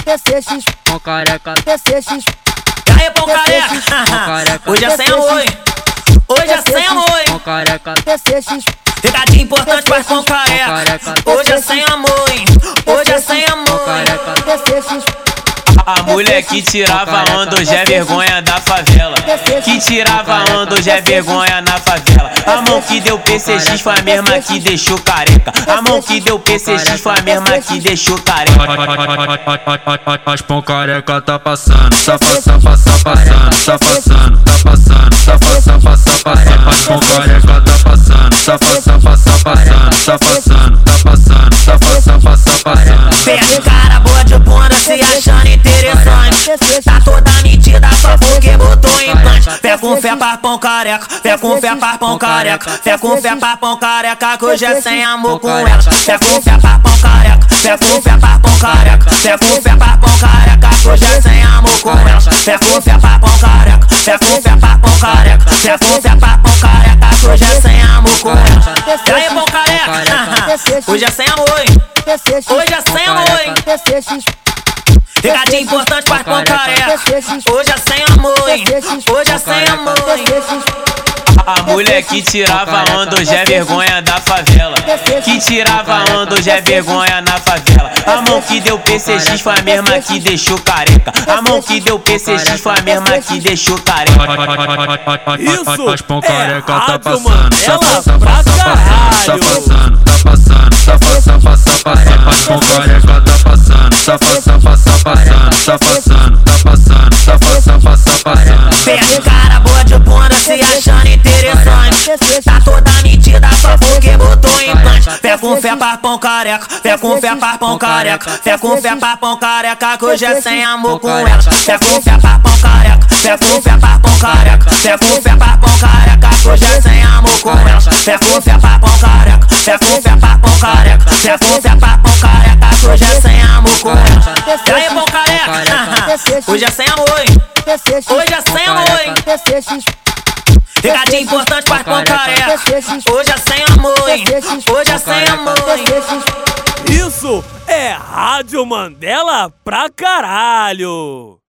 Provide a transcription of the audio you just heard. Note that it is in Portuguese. TCX, Pão careca, TCX, Aê, pão careca! Hoje é sem arroz! Hoje é sem arroz! pão careca, TCX, Recadinho importante pra pão careca! Hoje é sem amor! Hoje é sem amor! TCX, A mulher que tirava onda hoje é vergonha da favela. Que tirava onda hoje é vergonha na favela. A mão que deu PCX foi a mesma que deixou careca. A mão que deu PCX foi a mesma que deixou careca. As pão careca tá passando, safa, safa, safa, passando, safa, passando, tá passando, safa, safa, safa, passando. As pão careca tá passando, safa, safa, safa, passando, safa, passando, tá passando, safa, safa, safa, passando. Tipo Pega cara boa de bunda se achando interessante. Tá toda nitida pra porque botou em punch. Fé com fé papão careca, fé com fé papão careca, fé com fé papão careca, que hoje é sem amor com ela. Fé com fé papão careca, fé com fé papão careca, fé com fé papão careca, que hoje é sem amor com ela. Fé com fé papão careca, fé com fé papão careca, fé com fé papão careca, que hoje é sem amor com ela. E aí, pão careca, hoje é sem amor. TCX, Hoje é sem amor. TCX, Recadinho importante pra pão careca. Hoje é sem amor. Hoje é sem amor. TCX, A mulher que tirava onda hoje é vergonha da favela. Que tirava onda hoje é vergonha na favela. A mão que tá deu PCX foi a mesma que deixou careca. A mão que tá deu PCX foi a mesma que tá deixou careca. Isso As pão é um careca tá rádio, passando, safa, Manela safa, pra safa, passando, caralho. tá passando, tá passando, safa, safa, safa, passando. As pão careca tá passando, safa, safa, safa, passando, safa, passando, tá passando, safa, safa, safa, passando. Pega cara boa de bunda se achando interessante. Tá toda nitida pra porque botou em punch. Fé com fé papão careca. Fé com fé papão careca. Fé com fé papão careca. Que hoje é sem amor com ela. Fé com fé papão careca. Fé com fé papão careca. Fé com fé papão careca. Que hoje é sem amor com ela. Fé com fé papão careca. Fé com fé papão careca. Fé com fé papão careca. Que hoje é sem amor com ela. E aí, pão careca. Hoje é sem amor. TCX, Hoje é sem amor. TCX, Recadinho importante pra pão careca. Hoje é sem amor. Hoje é sem amor. TCX. Isso é Rádio Mandela pra caralho.